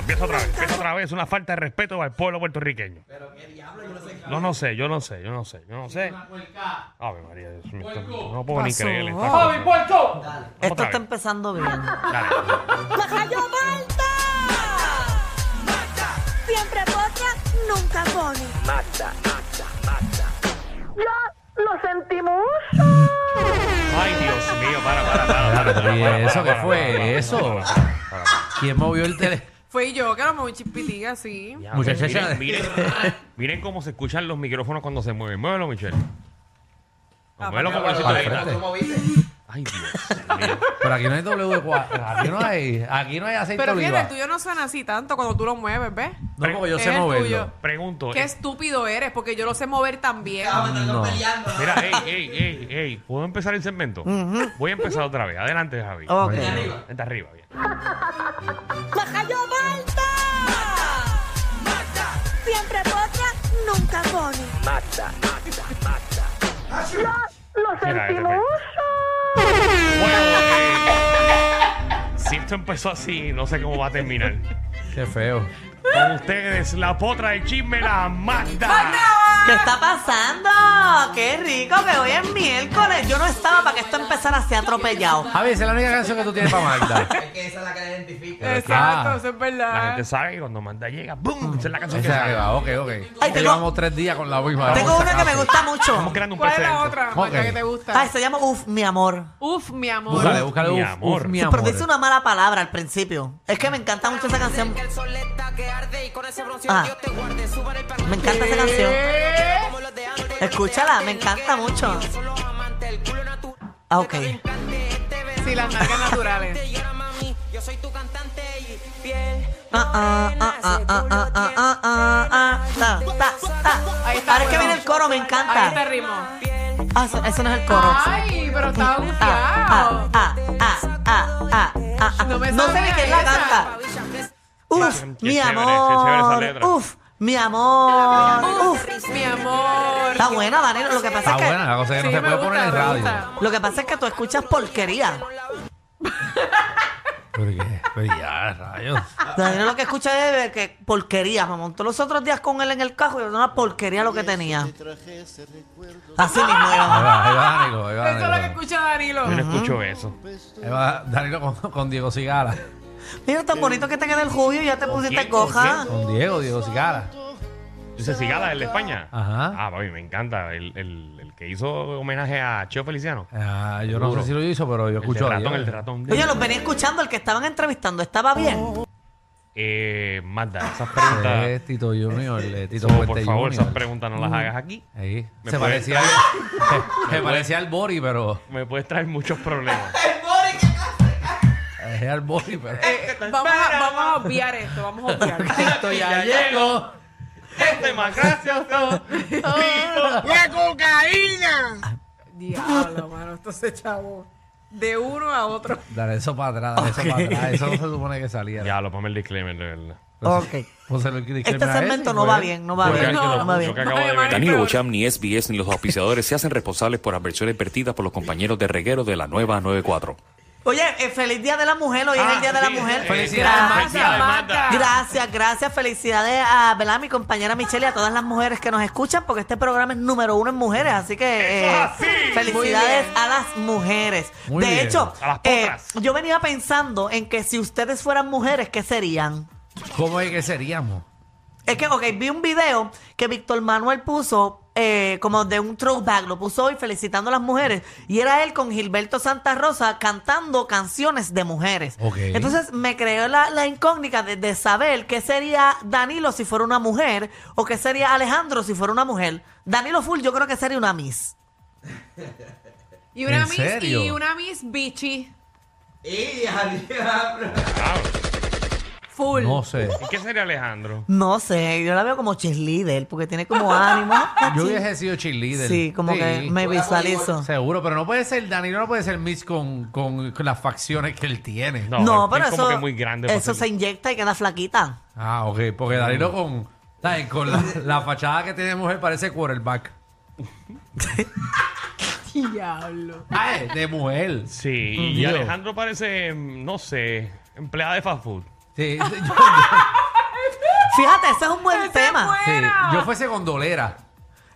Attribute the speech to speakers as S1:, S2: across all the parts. S1: empieza otra vez, empieza otra vez. Es una falta de respeto al pueblo puertorriqueño.
S2: Pero qué diablo, yo no sé.
S1: No, no sé, yo no sé, yo no sé, yo no sé.
S2: Puerca.
S1: Ave María, Dios mío,
S2: Puerco.
S1: esto- no puedo ni
S3: Pasó.
S1: creerle. esta
S3: Javi,
S1: cosa.
S2: puerco!
S3: Esto
S1: Otra
S3: está
S1: vez.
S3: empezando bien.
S1: Dale.
S4: ¡Majayo Malta! Siempre potra, nunca pone. ¡Ya lo sentimos!
S1: Ay, Dios mío, para, para, para. para, para,
S5: ¿Y
S1: para, para,
S5: eso qué
S1: para,
S5: fue?
S1: para, para,
S5: ¿Eso?
S1: para, para, para, para.
S5: ¿Quién movió el teléfono?
S6: Fui yo que era muy chispitica, sí.
S1: Ya,
S5: Muchacha,
S1: miren,
S5: ya.
S1: miren, miren cómo se escuchan los micrófonos cuando se mueven. Muévelo, Michelle.
S6: Ah,
S1: Muévelo
S6: para
S1: como lo hiciste
S5: para
S1: ahorita.
S5: frente.
S2: ¿Cómo viste?
S1: Ay, Dios mío.
S5: Pero aquí no hay W4. Aquí no hay, aquí no hay aceite
S6: Pero
S5: de
S6: fíjate, el
S5: oliva.
S6: tuyo no suena así tanto cuando tú lo mueves, ¿ves?
S5: No, porque yo
S6: Es
S5: sé
S6: el
S5: moverlo.
S6: tuyo.
S1: Pregunto.
S6: Qué
S1: eh,
S6: estúpido eres, porque yo lo sé mover también.
S2: Vamos, están
S5: No.
S2: peleando.
S1: Mira, ey, ey, ey, ey. ¿Puedo empezar el segmento? Voy a empezar otra vez. Adelante, Javi.
S3: Ok.
S1: Está arriba, bien.
S4: ¡Majayo Malta! Siempre potra, nunca pone.
S1: Mira, este pe- Bueno, eh, Si esto empezó así, no sé cómo va a terminar.
S5: Qué feo.
S1: Con ustedes, la potra del chisme, la Magda.
S3: ¿Qué está pasando? ¡Qué rico que hoy es miércoles! Yo no estaba para que esto empezara así atropellado.
S5: Javi, esa es la única canción que tú tienes para Magda.
S2: Es que esa es la que la identifica.
S6: Exacto,
S5: Ah.
S6: eso es
S1: La
S6: verdad.
S1: gente sabe que cuando Magda llega, ¡boom! Esa es la
S5: Esa
S1: canción
S5: es
S1: que
S5: la que
S1: sale.
S5: va, ok, ok.
S3: Ay,
S5: Ya
S3: tengo-
S5: Llevamos tres días con la misma.
S3: Tengo
S5: Vamos a
S3: una que me
S5: sacarse.
S3: gusta
S1: Estamos
S3: mucho.
S1: creando un
S6: ¿Cuál es
S1: precedente.
S6: la otra, Marta,
S5: Ok.
S6: que te gusta?
S3: Ay, se llama Uf, mi amor.
S6: Uf, mi amor.
S5: Búscale, búscale.
S1: Mi
S5: Uf,
S1: amor.
S5: uf, mi
S3: Sí,
S5: amor.
S3: pero dice una mala palabra al principio. Es que me encanta mucho esa canción.
S7: Que el sol está que arde y con ese bronceado
S3: Ah,
S7: Dios te guarde. Suban el pan
S3: me encanta esa canción.
S6: ¿Qué?
S7: como los de antes.
S3: Escúchala, me encanta mucho.
S7: Son los amantes, el culo natural.
S3: Ah, ok.
S6: Sí, las marcas naturales.
S7: Y ahora mami, yo soy tu cantante y piel.
S3: Ah, ah, ah, ah, ah, ah, ah, ah, ah, ah, ta, ta, ta.
S6: Ahí está,
S3: Ahora es que
S6: bueno.
S3: viene el coro, me
S6: Ahí está
S3: encanta.
S6: el ritmo.
S3: Ah, eso, eso no es el coro.
S6: Ay, pero está
S3: Ah,
S6: bufiado.
S3: ah, ah, ah, ah, ah, ah.
S6: No me
S3: No sé
S6: sabía
S3: de quién la
S6: esa.
S3: canta. Uf,
S1: Qué
S3: mi
S1: chévere, qué chévere esa
S3: amor.
S1: letra.
S3: Uf, mi amor. Uf.
S6: Uf, mi amor.
S3: Está buena, Danilo. Lo que pasa
S5: Está
S3: es
S5: buena
S3: que
S5: la cosa que no
S6: Sí,
S5: se
S6: me
S5: puede
S6: gusta,
S5: poner en
S6: me
S5: radio.
S6: gusta.
S3: lo que pasa es que tú escuchas porquería.
S5: ¿Por qué? Pero ya, rayos.
S3: Danilo lo que escucha es que porquería, mamón. Todos los otros días con él en el cajo, yo una porquería lo que tenía. Así mismo
S5: Ahí
S3: iba.
S5: va, ahí va Danilo, ahí va
S6: Eso es lo que
S5: Danilo.
S6: escucha Danilo.
S1: Yo no escucho eso.
S5: Ahí va Danilo con, con Diego Cigala.
S3: Mira tan bonito que te queda el judío, ya te pusiste
S1: quién? ¿Con
S3: coja.
S5: Con Diego, Diego Cigala.
S1: Dice Cigala, el de España.
S5: Ajá.
S1: Ah, papi, me encanta. El, el, el que hizo homenaje a Cheo Feliciano.
S5: Ah, yo no sé si lo hizo, pero yo escucho
S1: el
S5: a
S1: de ratón,
S5: Diego.
S1: el de ratón.
S3: Oye, los venía escuchando, el que estaban entrevistando, estaba bien.
S1: Eh, Magda, esas
S5: Es
S1: preguntas.
S5: Tito Junior, el de Tito
S1: No, Oh, por
S5: Fuerte
S1: favor,
S5: Junior.
S1: esas preguntas no las hagas aquí.
S5: Ahí.
S1: Me
S5: Se
S1: puede-
S5: parecía, al, se parecía al Bori, pero.
S1: Me puedes traer muchos problemas.
S5: Es al Bori, pero.
S6: Eh, vamos, a, vamos a obviar esto, vamos a obviar.
S5: Esto ya llegó.
S1: Este más gracioso.
S6: Diablo, mano, esto se chavó. De uno a otro.
S5: Dale eso para atrás, dale eso para atrás. Eso no se supone que saliera. Pues,
S1: Ya, lo ponme el disclaimer, de verdad.
S3: Ok.
S5: Pónselo el disclaimer
S3: Este
S5: a ese,
S3: segmento no
S5: pues.
S3: va bien, no va
S1: Yo
S3: bien,
S1: que-
S3: no va bien.
S1: yo que acabo de ver.
S6: Ay,
S8: Ni
S6: Pero-
S8: Bocham, ni SBS, ni los auspiciadores se hacen responsables por versiones vertidas por los compañeros de reguero de la nueva 94.
S3: Oye, eh, feliz Día de la Mujer, hoy es el Día de la
S1: sí,
S3: Mujer.
S1: eh,
S5: Felicidades,
S3: Gracias.
S1: felicidades, Magda.
S3: Gracias, gracias. Felicidades a ¿verdad? a mi compañera Michelle y a todas las mujeres que nos escuchan, porque este programa es número uno en mujeres. Así que eh, felicidades a las mujeres.
S5: Muy
S3: de
S5: bien.
S3: hecho,
S1: A las
S3: eh,
S1: potras.
S3: yo venía pensando en que si ustedes fueran mujeres, ¿qué serían?
S5: ¿Cómo es que seríamos?
S3: Es que, ok, vi un video que Víctor Manuel puso eh, como de un throwback, lo puso hoy felicitando a las mujeres. Y era él con Gilberto Santa Rosa cantando canciones de mujeres.
S5: Ok.
S3: Entonces me creó la, la incógnita de, de saber qué sería Danilo si fuera una mujer o qué sería Alejandro si fuera una mujer. Danilo Full yo creo que sería una Miss.
S6: Y una
S5: ¿En
S6: Miss
S5: serio?
S6: y una Miss Bichi.
S2: Y diablo.
S6: Full.
S5: No sé.
S1: ¿Y qué sería Alejandro?
S3: No sé, yo la veo como cheerleader porque tiene como ánimo. Ah,
S5: Yo hubiese sido cheerleader.
S3: Sí, como que me
S2: Voy a
S3: visualizo.
S5: Seguro, pero no puede ser, Danilo no puede ser Mitch con, con, con las facciones que él tiene.
S1: No,
S3: No,
S1: es
S3: pero
S1: como
S3: eso,
S1: que muy grande para
S3: eso
S1: ser-
S3: se inyecta y queda flaquita.
S5: Ah, ok, porque Danilo con, ¿sabes? con la, la fachada que tiene de mujer parece quarterback.
S6: Diablo.
S5: Ay, de mujer. Sí,
S1: Sí, y
S5: Dios.
S6: Ah,
S1: Alejandro parece, mm, no sé, empleada de fast food.
S5: sí, yo,
S3: Fíjate, ese es un buen
S6: Ese es
S3: tema.
S6: bueno.
S5: Sí,
S6: Era.
S5: yo fuese gondolera.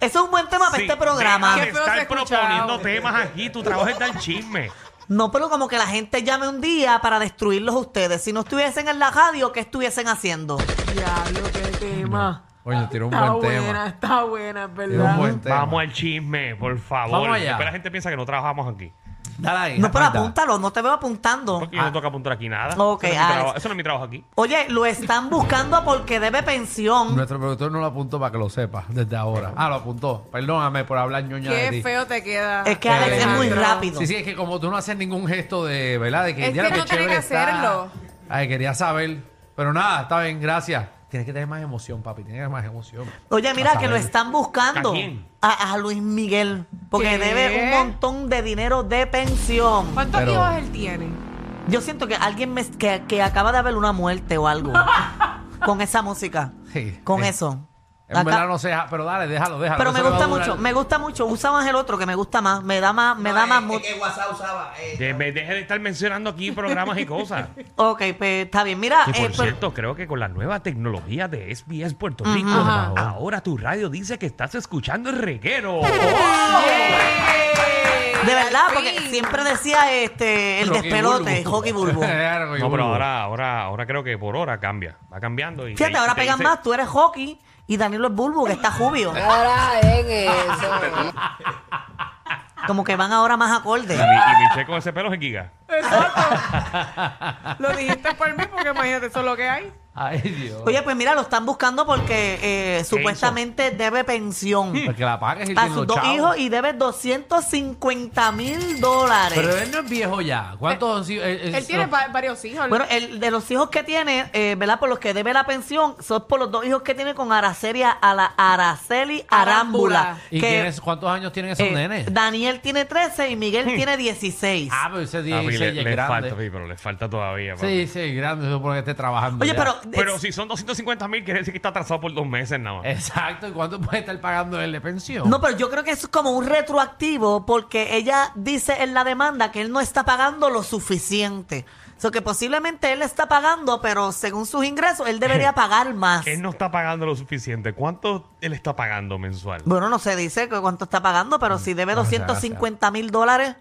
S3: Ese es un buen tema para este programa.
S1: deja de
S6: Qué feo se
S1: estar
S6: ha escuchado.
S1: proponiendo temas aquí. Tu trabajo es dar chisme.
S3: No, pero como que la gente llame un día para destruirlos a ustedes. Si no estuviesen en la radio, ¿qué estuviesen haciendo?
S6: Diablo, qué tema.
S5: Oye, tiene un
S6: Ah, está
S5: buen
S6: buena,
S5: tema.
S6: está buena, es
S5: Tiene un
S6: verdad.
S5: buen tema.
S1: Vamos al chisme, por favor.
S5: Vamos allá.
S1: Después la gente piensa que no trabajamos aquí.
S5: Dale ahí.
S3: No, pero
S5: aguanta.
S3: apúntalo, no te veo apuntando.
S1: Porque yo no tengo que apuntar aquí nada.
S3: Ah. Ok,
S1: eso, no
S3: ah,
S1: es mi
S3: Alex.
S1: trabajo- eso no es mi trabajo aquí.
S3: Oye, lo están buscando porque debe pensión.
S5: Nuestro productor no lo apuntó para que lo sepa desde ahora. Ah, lo apuntó. Perdóname por hablar ñoña de ti.
S6: Qué feo te queda.
S3: Es que Alex es muy
S6: Alejandro.
S3: rápido.
S5: Sí, sí, es que como tú no haces ningún gesto de, ¿verdad? De que
S6: Es
S5: ya
S6: que
S5: lo
S6: no tiene
S5: chévere
S6: que
S5: está.
S6: hacerlo.
S5: Ay, quería saber. Pero nada, está bien, gracias. Tienes que tener más emoción, papi. Tienes que tener más emoción.
S3: Oye, mira,
S5: A
S3: que lo
S5: saber.
S3: están buscando
S1: ¿A quién?
S3: a, a Luis Miguel porque
S6: ¿Qué?
S3: debe un montón de dinero de pensión.
S6: ¿Cuántos
S5: Pero-
S6: hijos él tiene?
S3: Yo siento que alguien me, que, que acaba de haber una muerte o algo con esa música,
S5: Sí,
S3: con
S5: sí.
S3: eso.
S5: En
S3: Acá-
S5: verdad no sé, pero dale, déjalo, déjalo.
S3: pero
S5: eso
S3: me
S5: Ah, le va
S3: gusta
S5: a durar.
S3: mucho, me gusta mucho. Usa más el otro que me gusta más, me da más, me
S2: No,
S3: da
S2: es-
S3: más.
S2: es
S3: mu-
S2: que WhatsApp usaba. eh,
S1: De- me- Deje de estar mencionando aquí programas y cosas.
S3: Ok, pues está bien. Mira,
S1: Y
S3: eh,
S1: por
S3: pero-
S1: cierto, creo que con la nueva tecnología de SBS Puerto Rico,
S6: Ajá.
S1: ahora tu radio dice que estás escuchando el reguero.
S3: de verdad,
S6: Al
S3: porque
S6: fin.
S3: siempre decía este el
S5: Rocky
S3: despelote,
S5: Bulbo.
S3: hockey bulbo.
S5: Rocky
S1: No, pero
S5: Bulbo.
S1: ahora, ahora, ahora creo que por hora cambia. Va cambiando. Y
S3: Fíjate,
S1: te-
S3: ahora
S1: te
S3: pegan
S1: dice-
S3: más. Tú eres hockey y Danilo es bulbo, que está jubio.
S9: Ahora en eso.
S3: Como que van ahora más acordes.
S1: Y, mi- y Michelle con ese pelo es giga.
S6: Lo dijiste por mí porque imagínate, eso es lo que hay.
S5: Ay, Dios.
S3: Oye, pues mira, lo están buscando porque eh, supuestamente debe pensión
S5: Porque Pues la pagas y
S3: a
S5: tiene
S3: sus
S5: los
S3: dos
S5: chavos.
S3: hijos y debe 250 mil dólares.
S5: Pero él no es viejo ya. ¿Cuántos han sido? Eh, Él, él-
S6: Él tiene
S5: lo-
S6: va- varios hijos.
S3: Bueno, el de los hijos que tiene, eh, ¿verdad? Por los que debe la pensión, son por los dos hijos que tiene con Araceli, a la Araceli Arámbula.
S6: Arámbula.
S5: ¿Y
S3: que,
S5: quién es- cuántos años tienen esos
S3: eh,
S5: nenes? Hmm.
S3: Daniel tiene 13 y Miguel tiene 16.
S5: Ah, pero ese
S1: Ah, porque
S5: 16
S1: le,
S5: es
S1: le
S5: grande.
S1: falta, sí, pero le falta todavía. papi.
S5: Sí, sí, grande, eso porque esté trabajando.
S3: Oye,
S5: ya.
S3: pero...
S1: Pero
S3: eh,
S1: si son 250 mil, quiere decir que está atrasado por dos meses nada más.
S5: Exacto, ¿y cuánto puede estar pagando él de pensión?
S3: No, pero yo creo que eso es como un retroactivo porque ella dice en la demanda que él no está pagando lo suficiente. O sea, que posiblemente él está pagando, pero según sus ingresos, él debería pagar más.
S1: Él no está pagando lo suficiente. ¿Cuánto él está pagando mensual?
S3: Bueno, no se dice que cuánto está pagando,
S5: Mm.
S3: pero si debe
S5: Gracias,
S3: 250 mil dólares...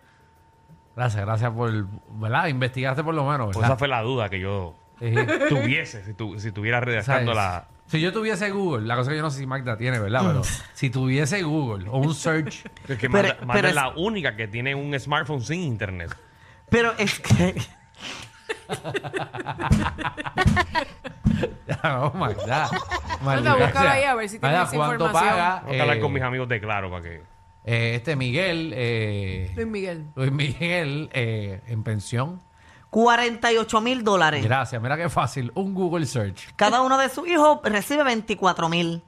S5: Gracias, gracias por, ¿verdad? Investigarte por lo menos,
S1: Pues
S5: ¿verdad?
S1: esa fue la duda que yo
S5: Sí.
S1: tuviese si, tu- si estuviera redactando
S5: ¿Sabes?
S1: la...
S5: Si yo tuviese Google, la cosa que yo no sé si Magda tiene, ¿verdad? Pero si tuviese Google o un search,
S1: Es que
S3: Pero-
S1: Magda-
S3: pero
S1: Magda
S3: es-
S1: es la única que tiene un smartphone sin internet.
S3: Pero es que...
S5: ya, no, Magda.
S6: Magda, búscala ahí a ver si tienes
S5: Magda,
S6: esa
S5: ¿cuánto
S6: información?
S5: paga?
S1: Voy a hablar
S5: eh,
S1: con mis amigos de Claro para que...
S5: eh, este Miguel, eh,
S6: Luis Miguel.
S5: Luis Miguel eh, en pensión.
S3: 48 mil dólares.
S5: Gracias, mira qué fácil. Un Google search.
S3: Cada uno de sus hijos recibe 24 mil.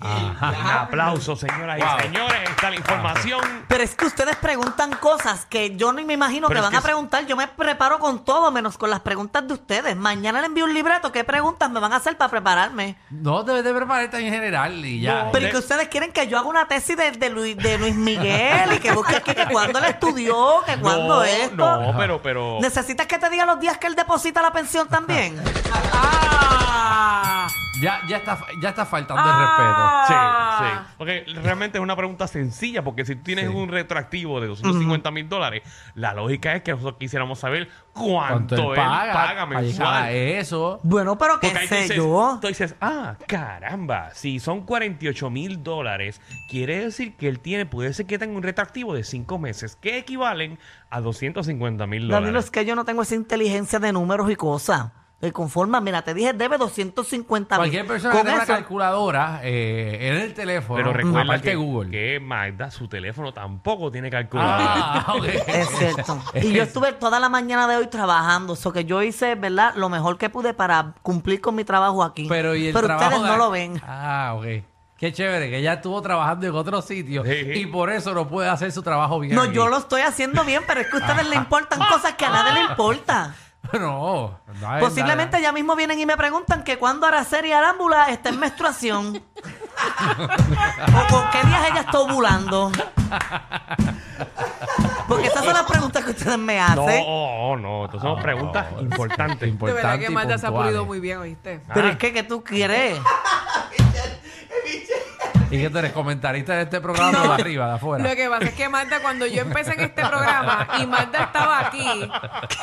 S1: Un aplauso, señoras
S5: Wow.
S1: y señores. Está la información.
S3: Pero es que ustedes preguntan cosas que yo ni me imagino
S1: Pero
S3: que
S1: es
S3: van
S1: que
S3: a
S1: es-
S3: preguntar. Yo me preparo con todo, menos con las preguntas de ustedes. Mañana le envío un libreto. ¿Qué preguntas me van a hacer para prepararme?
S5: No debes de prepararte en general y ya.
S1: No.
S3: Pero
S1: Le-
S3: es que ustedes quieren que yo haga una tesis de, de Luis, de Luis Miguel y que busque aquí que cuándo él estudió, que cuándo
S1: no,
S3: esto.
S1: no, pero, pero...
S3: ¿Necesitas que te diga los días que él deposita la pensión también?
S6: ¡Ah!
S5: Ya, ya, está, ya está faltando
S6: Ah.
S1: Sí,
S6: Ah.
S1: sí. Porque realmente es una pregunta sencilla, porque si tú tienes un retroactivo de 250 mil dólares, la lógica es que nosotros quisiéramos saber
S5: el
S1: cuánto,
S5: respeto.
S1: él paga,
S5: para llegar a
S1: mensual.
S5: eso.
S3: Bueno, pero qué
S1: Porque ahí tú
S3: sé
S1: dices,
S3: yo.
S1: tú dices, ah, caramba, si son 48 mil dólares, quiere decir que él tiene, puede ser que tenga un retroactivo de 5 meses, que equivalen a 250 mil
S3: Danilo, es
S1: dólares.
S3: que yo no tengo esa inteligencia de números y cosas. Te conformas, mira, te dije, debe 250 mil.
S5: Cualquier persona que
S3: Con
S5: tenga una
S3: eso,
S5: calculadora eh, en el teléfono,
S1: Pero recuerda
S5: aparte
S1: que,
S5: Google.
S1: que Magda, su teléfono tampoco tiene calculadora.
S5: Ah, ok.
S3: es cierto. Y yo estuve toda la mañana de hoy trabajando. Eso que yo hice, ¿verdad? Lo mejor que pude para cumplir con mi trabajo aquí.
S5: Pero, ¿y el trabajo
S3: ustedes
S5: de-
S3: no lo ven.
S5: Ah, ok. Qué chévere, que ella estuvo trabajando en otro sitio
S1: Sí, sí.
S5: y por eso no puede hacer su trabajo bien.
S3: No,
S5: aquí.
S3: yo lo estoy haciendo bien, pero es que a ustedes le importan cosas que a nadie le importa.
S5: No, no es
S3: Posiblemente ya mismo vienen y me preguntan que cuándo Araceli Arámbula está en menstruación. o con qué días ella está ovulando. Porque Esas son las preguntas que ustedes me hacen.
S1: No, oh, oh, no. Entonces son preguntas
S5: Ah, no.
S1: importantes.
S6: De verdad que
S5: y
S6: Marta se ha
S5: puntuales.
S6: pulido muy bien, ¿oíste?
S3: Pero
S1: Ah.
S3: es que, ¿qué tú quieres?
S5: ¿Y que tú eres comentarista de este programa de arriba, de afuera?
S6: Lo que pasa es que Marta, cuando yo empecé en este programa y Marta estaba aquí,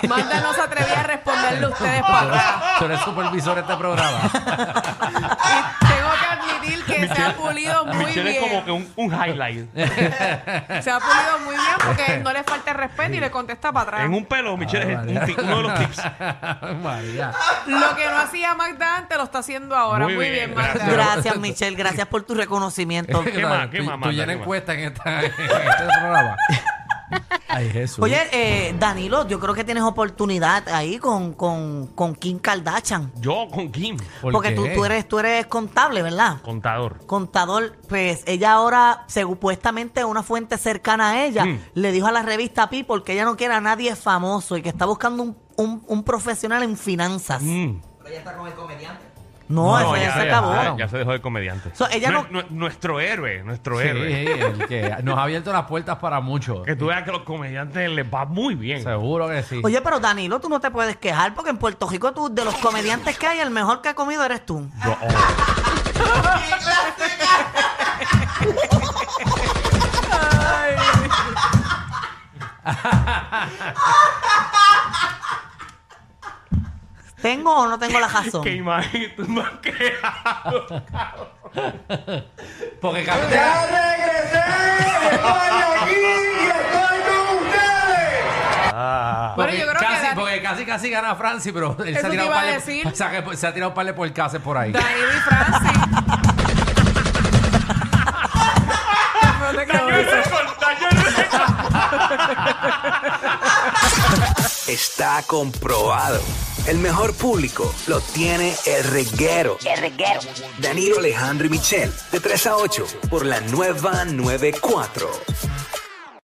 S6: Marta no se atrevía a responderle a ustedes para atrás.
S5: Tú eres supervisor de este programa.
S6: Y tengo que admitir que se ha pulido muy
S1: Michelle es
S6: bien.
S1: como que un, un highlight.
S6: Se ha pulido muy bien porque no le falta el respeto y le contesta para atrás.
S1: en un pelo, Michelle
S5: Ah,
S1: es un pi- uno de los tips.
S5: María.
S6: Lo que no hacía Magda antes lo está haciendo ahora.
S1: Muy
S6: Muy,
S1: bien,
S6: bien, Magda.
S3: Gracias, Michelle. Gracias por tu reconocimiento.
S1: ¿Qué más? ¿Qué
S5: tú,
S1: más,
S5: Tú
S1: Magda?
S5: llenas
S1: ¿Qué más?
S5: encuesta en, esta- en este programa. Ay, Jesús.
S3: Oye, eh, Danilo, yo creo que tienes oportunidad ahí con, con, con Kim Kardashian.
S1: Yo con Kim,
S5: ¿Por
S3: porque
S5: qué?
S3: tú, tú, eres, tú eres contable, ¿verdad?
S1: contador.
S3: Contador, pues ella ahora, supuestamente una fuente cercana a ella,
S1: Mm.
S3: le dijo a la revista People que ella no quiere a nadie famoso y que está buscando un, un- un profesional en finanzas.
S1: Mm.
S2: Pero ya está con el comediante.
S3: Hmm. No, eso ya, se acabó.
S1: Ya, ya se dejó de comediante.
S3: So, ella
S1: Nue-
S3: no-
S1: nue- nuestro héroe, nuestro
S5: Sí, eh.
S1: héroe.
S5: el que nos ha abierto las puertas para muchos.
S1: Que tú veas que los comediantes les va muy bien.
S5: Seguro que sí.
S3: Oye, pero Danilo, tú no te puedes quejar porque en Puerto Rico tú, de los comediantes que hay, el mejor que ha comido eres tú.
S1: Yo- oh.
S3: ¿Tengo o no tengo la razón?
S1: Qué imagen tú me has creado.
S5: Porque Camila,
S6: Bueno,
S5: porque
S6: yo creo que
S5: casi,
S6: Dan-
S5: porque casi casi gana Franci, pero él se
S6: Eso
S5: ha,
S6: te
S5: tirado un
S6: iba a
S5: par de-
S6: decir.
S5: se ha- se ha tirado un par de porcases por ahí.
S6: Danilo y Francis. No te creo eso.
S10: Está comprobado. El mejor público lo tiene el reguero. El reguero. Danilo Alejandro y Michel, de 3 a 8, por la nueva 94.